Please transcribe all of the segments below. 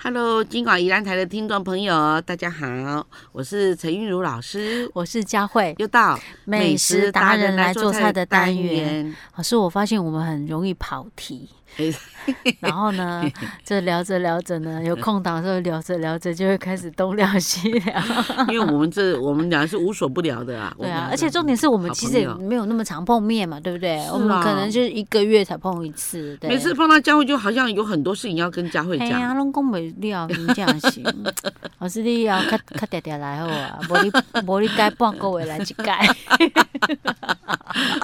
Hello，金广宜兰台的听众朋友，大家好，我是陈韵如老师，我是佳慧。又到美食达人来做菜的单元，元。老师，我发现我们很容易跑题，哎 然 后呢，这聊着聊着呢，有空档的时候聊着聊着就会开始东聊西聊。 因为我们这我们俩是无所不聊的 啊，我对们啊俩，而且重点是我们好其朋实也友没有那么常碰面嘛，对不对？是我们可啊能就是一个月才碰一次。对每次碰到佳慧，就好像有很多事情要跟佳慧哎呀，讲。拢讲袂了，真正 是。老师，你要较较定定来好啊，无你无你改半个月来一改。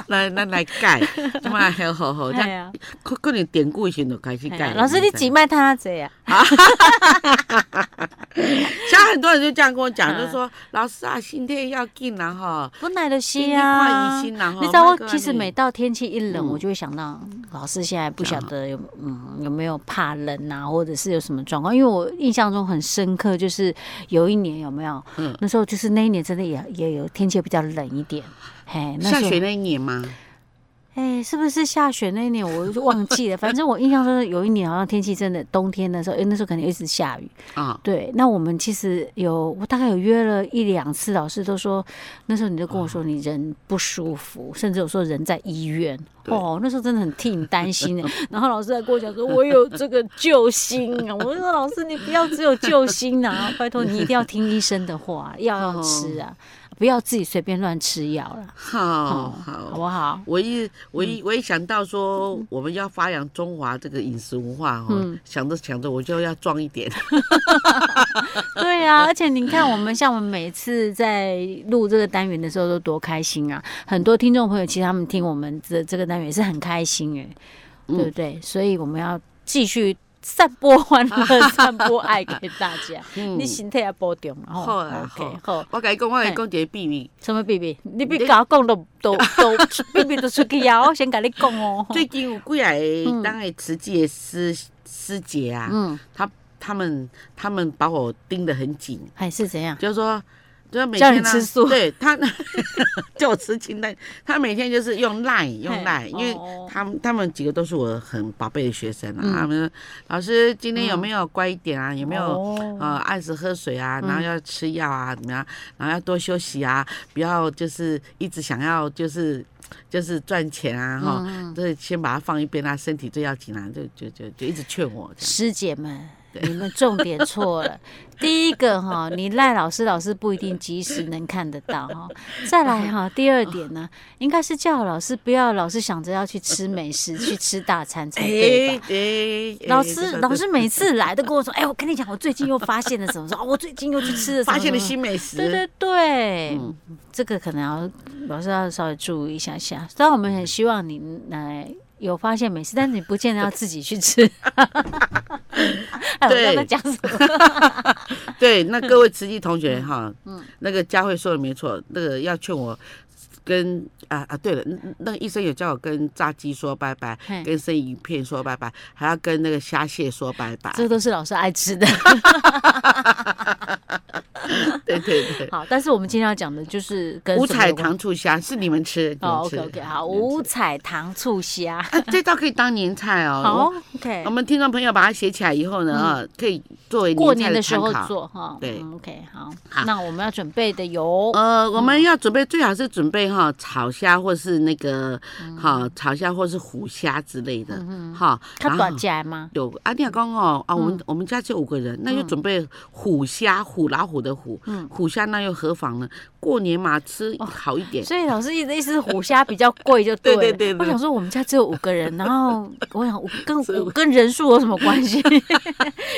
来，咱来 改，怎么好好好，哎咱呀，可可能典故先就开始哎改呀了。老师，你几卖他这啊？像很多人就这样跟我讲，就嗯说老师啊，心态要紧啦哈，本来就是心啊快。一心啦哈。你知道，莫我搁安其实尼每到天气一冷，嗯我就会想到老师现在不晓得有嗯有没有怕冷啊，或者是有什么状况？因为我印象中很深刻，就是有一年有没有？嗯那时候就是那一年真的也也有天气比较冷一点，嘿，那下时候雪那一年吗？哎，是不是下雪那一年我就忘记了？反正我印象中有一年好像天气真的冬天的时候，哎，那时候可能一直下雨。啊，对，那我们其实有我大概有约了一两次，老师都说那时候你就跟我说啊你人不舒服，甚至有时候人在医院。对哦，那时候真的很替你担心的。 然后老师还跟我讲说，我有这个救星啊！我就说老师，你不要只有救星啊，拜托你一定要听医生的话，药要吃哦啊，不要自己随便乱吃药啦。哦好好哦好。不好？我一我一我一想到说我们要发扬中华这个饮食文化哦嗯，想着想着我就要壮一点， 对啊，而且你看，我们像我们每次在录这个单元的时候都多开心啊！很多听众朋友其实他们听我们的这个单元也是很开心哎、嗯对不对？所以我们要继续散播欢乐，散播爱给大家。 嗯你身体也保重嘛，吼好啊 OK，好。我跟你讲，我跟你讲一个秘密。什么 B B？你别你搞讲都都 都 B B 都出去啊！我先跟你讲哦。最近有几来当个慈济的师师姐啊，嗯，他他们他们把我盯得很紧，还是怎样？就是说，就是每叫天你呢吃素对他叫我吃清淡，他每天就是用赖用赖，嘿因为哦他们他们几个都是我很宝贝的学生啊，嗯他们说老师今天有没有乖一点啊？有没有？哦呃，按时喝水啊，嗯然后要吃药啊，怎么样？然后要多休息啊，不要就是一直想要就是就是赚钱啊，哈，嗯这先把它放一边啊，身体最要紧啊，就就就就一直劝我这样。师姐们，你们重点 错了。第一个哈，你赖老师，老师不一定及时能看得到哈。再来哈，第二点呢，应该是叫老师不要老是想着要去吃美 食，去吃大餐才对吧？哎哎老这师，个老师每次来都跟我说：“哎，我跟你讲，我最近又发现了什么什么，哦我最近又去吃了什么发现了什么新美食，对对对，嗯这个可能要老师要稍微注意一下下。虽然我们很希望你来有发现美食，但是你不见得要自己 去吃。哎，我对刚才讲什 么？对，那各位慈济同学嗯哈，那个佳慧说的没错，那个要劝我跟啊啊，对了，那那个医生有叫我跟炸鸡说拜拜嘿，跟生鱼片说拜拜，还要跟那个虾蟹说拜拜。这都是老师爱吃的。对对对，好，但是我们今天要讲的就是 跟五什么彩有关糖醋虾是你们吃，哦你们吃，OK OK，好，你们吃五彩糖醋虾。 啊，这道可以当年菜哦。好我，OK 我。们听众朋友把它写起来以后呢，啊，可以作为过年年菜的的时候参考。做哈，对嗯，OK，好好。那我们要准备的有，呃，我嗯们要准备最好是准备哈炒虾或是那个嗯哈炒虾或是虎虾之类的哈，看然短后起来吗？有啊，你也讲哦，啊，嗯我们我们家只有五个人，那就准备虎虾，虎老虎的虎，嗯虎虾那又何妨呢？过年嘛，吃哦好一点。所以老师一直意思是虎虾比较贵就对了。对对对对我想说我们家只有五个人，然后我想我跟 我跟人数有什么关系？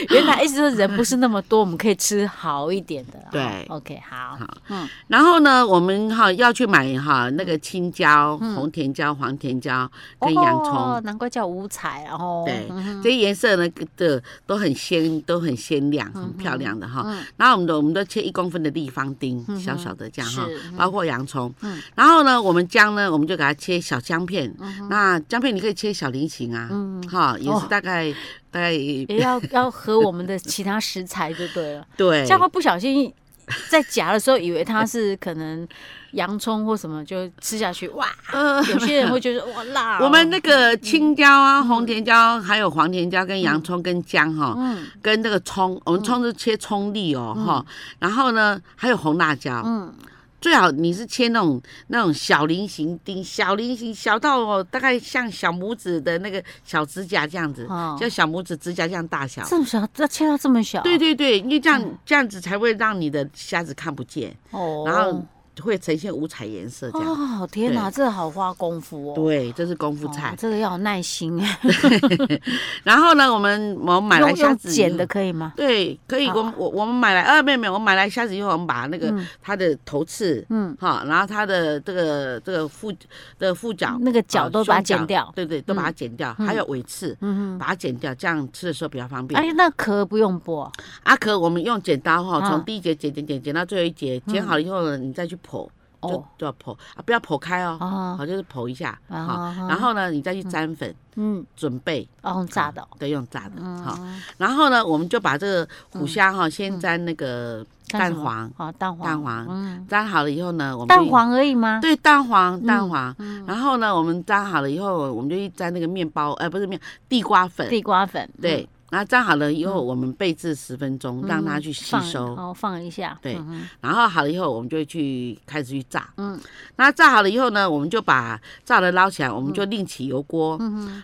原来意思是人不是那么多，我们可以吃好一点的啦。对哦，OK，好，嗯，然后呢，我们哈要去买哈那个青椒、红甜椒、黄甜椒跟洋嗯哦葱，，难怪叫五彩哦。对嗯，这些颜色呢的都很鲜，都很鲜亮，嗯很漂亮的哈。然后我们的我们都切一公分的立方丁，小小的这样哈嗯是，嗯包括洋葱。然后呢，我们姜呢，我们就给它切小姜片。嗯那姜片你可以切小菱形啊，哈，也哦是大概大概也要要和我们的其他食材就对了，对这样会不小心在夹的时候以为它是可能洋葱或什么，就吃下去哇，有些人会觉得哇辣哦、嗯我们那个青椒啊、红甜椒，还有黄甜椒跟洋葱跟姜哈，嗯跟那个葱，我们葱是切葱粒哦哈，然后呢还有红辣椒，嗯最好你是切那种那种小菱形丁，小菱形小到哦大概像小拇指的那个小指甲这样子，哦像小拇指指甲这样大小。这么小，要切到这么小，对对对，因为这样这样子才会让你的虾子看不见，嗯哦，然后会呈现五彩颜色这样。哦天哪，这好花功夫哦，对，这是功夫哦菜。这个要有耐心哎， 然后呢，我们我们买来用虾用子以剪后的可以吗？对，可以，好我们我我们买来，呃，没有没有，我买来虾子以后，我们把那个嗯它的头刺，嗯，哈，然后它的这个这个腹的腹角，那个啊角都把它胸角剪掉对对，都把它剪掉，还有尾刺，嗯把它剪掉，这样吃的时候比较方哼，便。哎，那壳不用剥，阿可，我们用剪刀哈，啊嗯从第一节剪剪剪剪到最后一节，剪好了以后呢，你再去剖，就哦就要剖啊，不要剖开哦，哦，好就是剖一下，啊好，哈然后呢，你再去沾粉，嗯，准备哦，用炸的哦，对，用炸的，好，嗯，然后呢，我们就把这个虎虾哈，先沾那个干蛋什么黄，好，嗯蛋黄，蛋黄嗯，沾好了以后呢，我们蛋就黄嗯而已吗？对蛋黄蛋黄，然后呢，我们沾好了以后，我们就去沾那个面包，哎、不是面地瓜粉，地瓜粉，嗯对，然后沾好了以后，我们备至十分钟，让它去吸收，然后放一下，对嗯哼然后好了以后，我们就去开始去炸，嗯，那炸好了以后呢，我们就把炸的捞起来，我们就嗯另起油锅，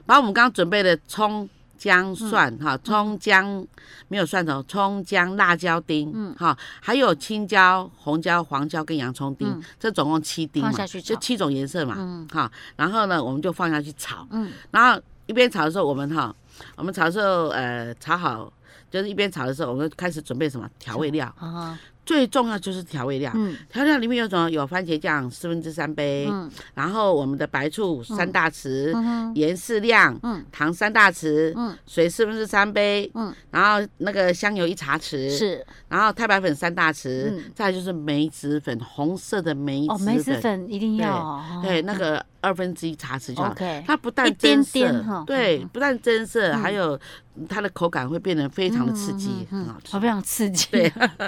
把我们刚刚准备的葱。姜嗯蒜哈，葱姜没有蒜头，葱姜辣椒丁，嗯哈，还有青椒、红椒、黄椒跟洋葱丁，嗯这总共七丁嘛放下，去就炒七种颜色嘛，嗯哈，然后呢，我们就放下去炒，嗯然后一边炒的时候，我们哈，我们炒的时候，呃，炒好就是一边炒的时候，我们就开始准备什么调味料，啊，最重要就是调味料。嗯调料里面有什么？有番茄酱四分之三杯，嗯然后我们的白醋三大匙，嗯哼盐适量，嗯糖三大匙，嗯水四分之三杯，嗯然后那个香油一茶匙，，是然后太白粉三大匙，嗯再来就是梅子粉，红色的梅哦，子梅子粉，粉一定要哦，对，那个二分之一茶匙就好。 OK，它不但一点增色点哈嗯对，不但增色，还有它的口感会变得非常的刺激，嗯啊很好吃哦好。非常刺激。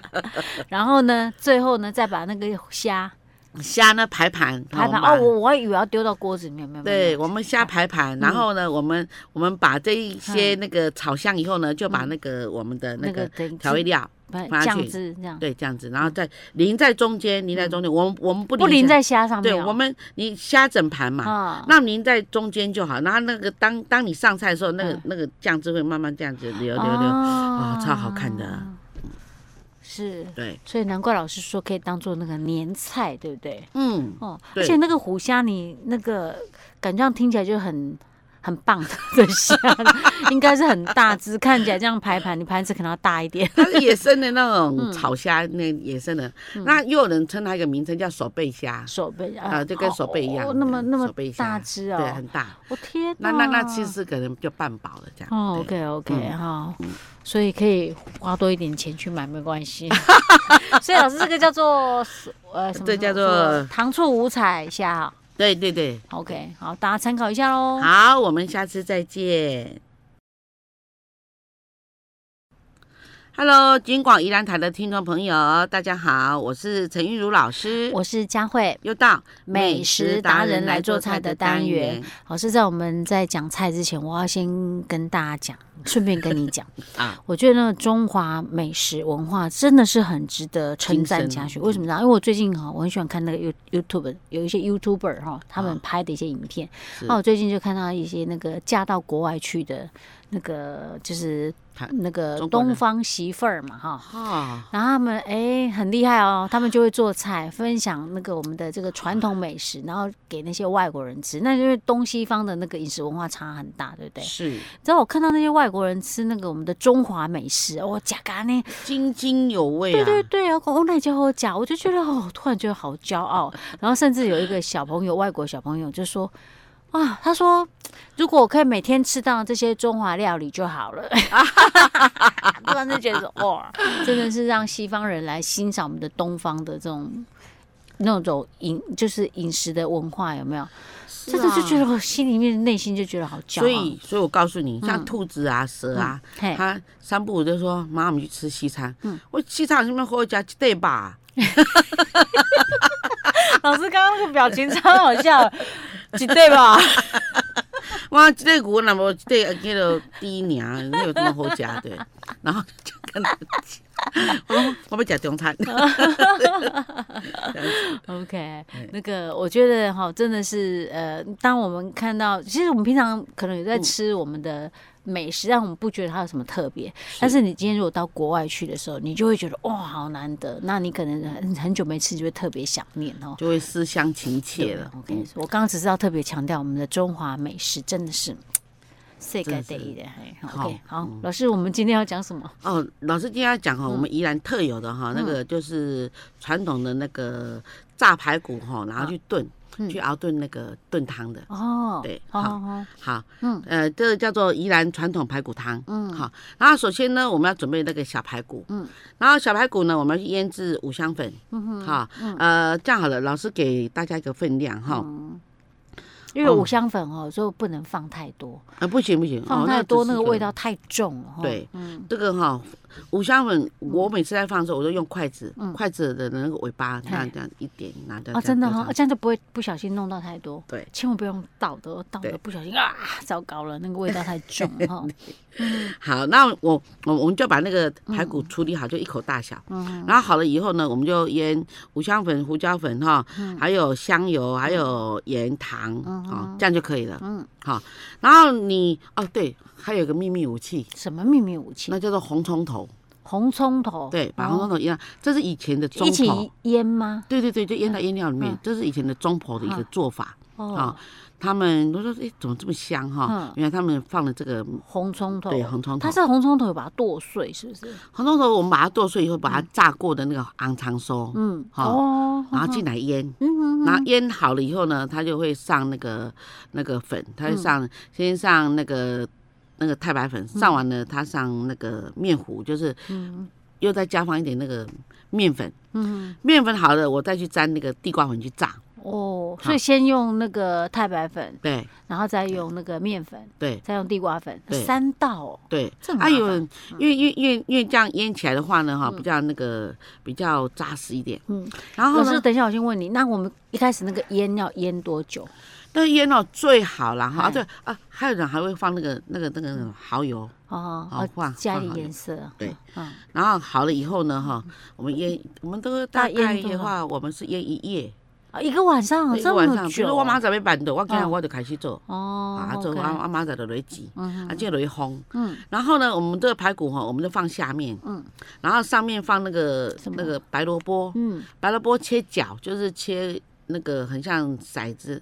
然后呢，最后呢，再把那个虾虾呢排盘，排好我盘们哦，把我我还以为要丢到锅子里面，没有没有没对，有，我们虾排嗯盘，然后呢，我们我们把这一些那个炒香以后呢，就把那个我们的那嗯那个个等调味料，把放下酱去汁这样，对，这样子，然后再淋在中间，淋在中间，我们我们不嗯不淋在，在虾上面对哦，我们你虾整盘嘛，啊，那淋在中间就好。然后那个当当你上菜的时候，那个嗯那个酱汁会慢慢这样子流流流，啊啊超好看的，哦是。对，所以难怪老师说可以当做那个年菜，对不对？嗯。哦，对而且那个虎虾，你那个感觉上听起来就很很棒的 虾，应该是很大只，看起来这样排盘，你盘子可能要大一点。它是野生的那种嗯炒虾，那野生的，那又有人称它一个名称叫手背虾，手背啊就跟手背一样哦那么嗯那么手背虾大只对，哦很，大。我天那哪，那那其实可能就半饱了这样。哦对嗯，OK OK 哈，所以可以花多一点钱去买没 关系。所以老师这个叫做呃什么？这叫做糖醋五彩虾啊。对对对， OK，好，大家参考一下喽。好，我们下次再见。Hello，金广宜兰台的听众朋友，大家好，我是陈玉茹老师，我是佳慧，又到美食达人来做菜的单元。老师在我们在讲菜之前，我要先跟大家讲，顺便跟你讲 啊，我觉得那个中华美食文化真的是很值得称赞嘉精许。深啊嗯为什么呢？因为我最近哈，我很喜欢看那个 You YouTube 有一些 YouTuber 哈，他们拍的一些影片。啊哦是那我最近就看到一些那个嫁到国外去的那个，就是台那个中国人东方媳妇儿嘛哈。啊，然后他们哎、很厉害哦，他们就会做菜，分享那个我们的这个传统美食，然后给那些外国人吃。那因为东西方的那个饮食文化差很大，对不对？是你知道我看到那些外国人吃那个我们的中华美食，哦，假咖呢？津津有味啊。对对对啊，哦，那家伙假，我就觉得哦，突然觉得好骄傲。然后甚至有一个小朋友，外国小朋友就说。啊，他说，如果我可以每天吃到这些中华料理就好了。 突然就觉得，哇、真的是让西方人来欣赏我们的东方的这种那种饮就是饮食的文化有没有？是真的就啊觉得我心里面内心就觉得好骄傲。所以，所以我告诉你，嗯像兔子啊、蛇啊，嘿，它三不五就说：“妈，我们去吃西餐。”嗯我西餐里面喝加鸡对吧？老师刚刚那个表情超好笑， 几对吧？哇，鸡对骨那么鸡对那个低娘，那有什么好加的？然后就跟他讲，我说我们讲中餐。 OK，那个我觉得哈，真的是呃，当我们看到，其实我们平常可能有在吃我们的美食，但我们不觉得它有什么特别。但是你今天如果到国外去的时候，你就会觉得哇，好难得。那你可能很很久没吃，你就会特别想念哦。就会思乡情切 了。我跟你说，我刚刚只是要特别强调，我们的中华美食真的是世界第一的。嘿好 OK，好，嗯老师，我们今天要讲什么？哦，老师今天要讲哈，我们宜兰特有的哈，那个就是传统的那个炸排骨哈，然后去炖，去熬炖那个炖汤的。哦，对好好好好，好，嗯嗯，呃，这个叫做宜兰传统排骨汤，嗯，好。然后首先呢，我们要准备那个小排骨，嗯，然后小排骨呢，我们要去腌制五香粉，嗯哼，好，呃，这样好了，老师给大家一个分量嗯哈，因为哦五香粉哦，就不能放太多。呃，不行不行，放哦太多只那是个一味道太重了。吼对嗯，这个哈、五香粉，我每次在放的时候，我都用筷子，筷子的那个尾巴，这样这样一点拿掉。嗯哦，真的哈哈，，这样就不会不小心弄到太多。对千万不用倒的，倒的对不小心啊，糟糕了，那个味道太 重了哈。好，那我我我们就把那个排骨处理好，就一口大小。嗯然后好了以后呢，我们就腌五香粉、胡椒粉哈，还有香油，还有盐、糖，哦，这样就可以了。嗯嗯，好，然后你哦，对，还有一个秘密武器，什么秘密武器？那叫做红葱头。红葱头。对，把哦红葱头腌，这是以前的中一起头。腌吗？对对对，就腌到腌料里面嗯，这是以前的中婆的一个嗯做法。哦啊，他们都说，哎、怎么这么香哈、嗯原来他们放了这个红葱头。对红葱头它，是红葱头，有把它剁碎，是嗯不是？红葱头我们把它剁碎以后，把它炸过的那个昂长酥，嗯。好哦。然后进来腌。嗯嗯然嗯。后腌好了以后呢，它就会上那个那个粉，它会上、先上那个那个太白粉，上完了它上那个面糊，就是嗯又再加放一点那个面粉，嗯。面粉好了，我再去沾那个地瓜粉去炸。哦，所以先用那个太白粉，对然后再用那个面粉，对再用地瓜粉，对三道哦。对，这很麻啊有烦人，因为因为因为因为这样腌起来的话呢，哈，比较那个比较扎实一点。嗯，然后老师，呢，等一下，我先问你，那我们一开始那个腌要腌多久？那腌哦最好啦哈。哎啊对啊，还有人还会放那个那个那个嗯蚝油，哦，好哦放加一放好点颜色。对嗯，然后好了以后呢，哈，我们腌，我们都大大概概腌多的话，我们是腌一夜，啊，一个晚上一这个晚么上。比如久说哦。我明仔要办的，我今日哦我就开始做，哦啊，做，OK 啊啊明仔就落去煮，嗯啊，这落去烘。嗯然后呢，我们这个排骨哈，我们就放下面，嗯然后上面放那个什么那个白萝卜，嗯，白萝卜切角，就是切那个很像骰子，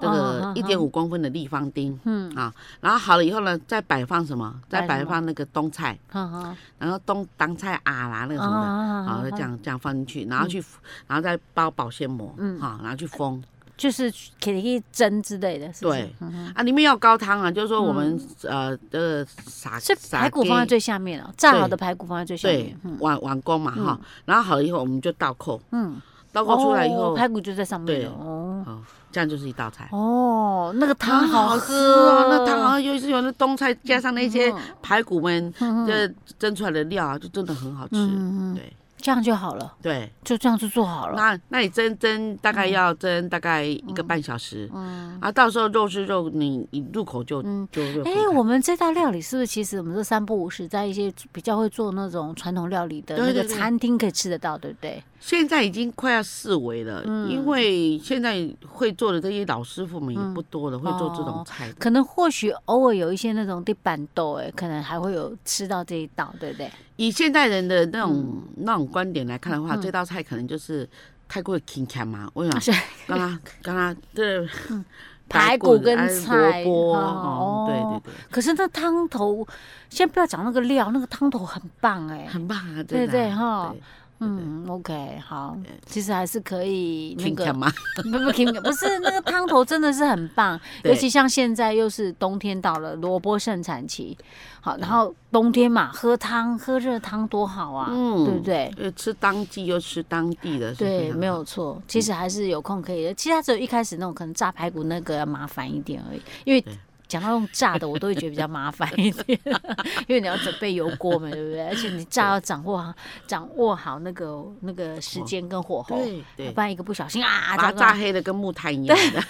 那哦个一点哦五公分的立方钉。嗯啊，然后好了以后呢，再摆放什么？再摆摆什么放那个冬菜，好好然后冬当菜啊啦那个什么的，啊好，就这，样这样放进去，然后去，然后再包保鲜膜，嗯好，然后去封。就是可以蒸之类的，是不是对。嗯哼啊，里面要高汤啊，就是说我们呃呃撒所以撒排骨放在鸡最下面了，炸好的排骨放在最下对面。嗯碗碗公嘛哈，然后好了以后我们就倒扣，嗯，倒扣出来以哦后，排骨就在上面对了。哦哦，这样就是一道菜。哦，那个啊汤好吃喝哦，那汤好像尤其是有那冬菜加上那些嗯排骨们嗯嗯这蒸出来的料啊，就真的很好吃。嗯嗯嗯，对这样就好了，对，就这样就做好了。那那你蒸蒸大概要蒸大概一个半小时，嗯。啊，到时候肉是肉，你一入口就嗯就就哎、我们这道料理是不是其实我们这三不五时，在一些比较会做那种传统料理的对那个对对餐厅可以吃得到，对不对？现在已经快要四维了，嗯因为现在会做的这些老师傅们也不多了，会做这哦种菜的。可能或许偶尔有一些那种地板豆，哎，可能还会有吃到这一道，对不对？ 以现代人的那种嗯那种观点来看的话，这道菜可能就是太过 king 嘛，我想是刚 刚刚刚这 嗯排骨跟哎菜萝卜，哦哦，对对可是那汤头，先不要讲那个料，那个汤头很棒，哎对，，很棒啊，对真的对啊哈对嗯，OK，好，其实还是可以那听个干嘛？不不 Kim 不是那个汤头真的是很棒，尤对其像现在又是冬天到了，萝卜盛产期，好，嗯然后冬天嘛，喝汤喝热汤多好啊，嗯对不对？呃，吃当季又吃当地的，是非对，常没好有错。其嗯实还是有空可以的，其实它只有一开始那种可能炸排骨那个要麻烦一点而已，因为。讲到用炸的，我都会觉得比较麻烦一点， 因为你要准备油锅嘛，对不对？而且你炸要掌握好，掌握好那个那个时间跟火候，对要对不，然一个不小心把啊，它糟糕炸黑的跟木炭一样的，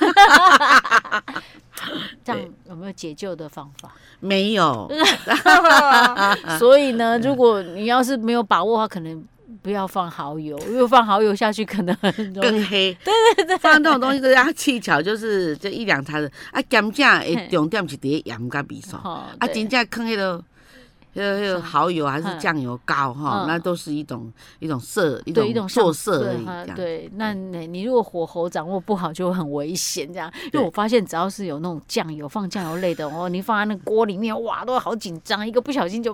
这样有没有解救的方法？没 有，所以呢，如果你要是没有把握的话，可能不要放蚝油，因为放蚝油下去可能很容易。更黑。对对对，放这种东西都要技巧，就是这一两茶的啊，咸正的重点是伫咧盐甲味素，啊，哦，对真正放迄个。迄个迄个蚝油还是嗯酱油膏哈，嗯那都是一种一种色，一对一种种做上色而对已。哈这样对，那你你如果火候掌握不好，就会很危险这样。因为我发现只要是有那种酱油放酱油类的哦，你放在那个锅里面，哇，都好紧张，一个不小心就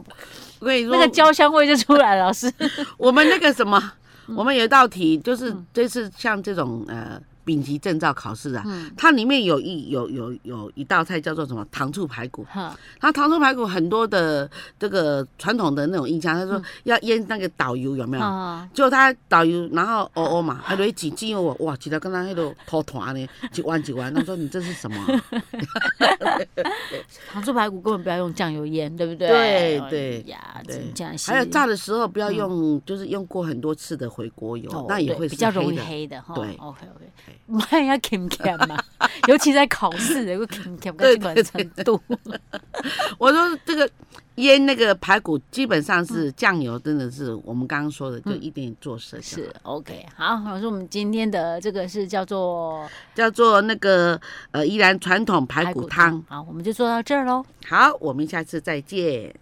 我跟你说那，个焦香味就出来了。老师，我们那个什么，嗯我们有一道题，就是这次像这种呃丙级证照考试啊，嗯，它里面有一有有有一道菜叫做什么糖醋排骨，哈，它糖醋排骨很多的这个传统的那种印象，他说嗯要腌那个导游有没有？啊，就他导游，然后哦哦嘛，还落去挤进我，哇，挤到跟他那个拖团呢，一弯一弯。他说你这是什么啊？糖醋排骨根本不要用酱油腌，对不对？对哎对呀， 对真的是嗯还有炸的时候不要用，就是用过很多次的回锅油哦，那也对会比是较容易的黑的哈。对 OK OK，我们也要 Kim Kim 嘛，尤其在考试有个 Kim Kim 到对这种对程 度，我说这个腌那个排骨，基本上是嗯酱油，真的是我们刚刚说的，就一点点做色就好，是 OK。好，老师，我们今天的这个是叫做叫做那个呃宜兰传统排骨汤。好，我们就做到这儿喽。好，我们下次再见。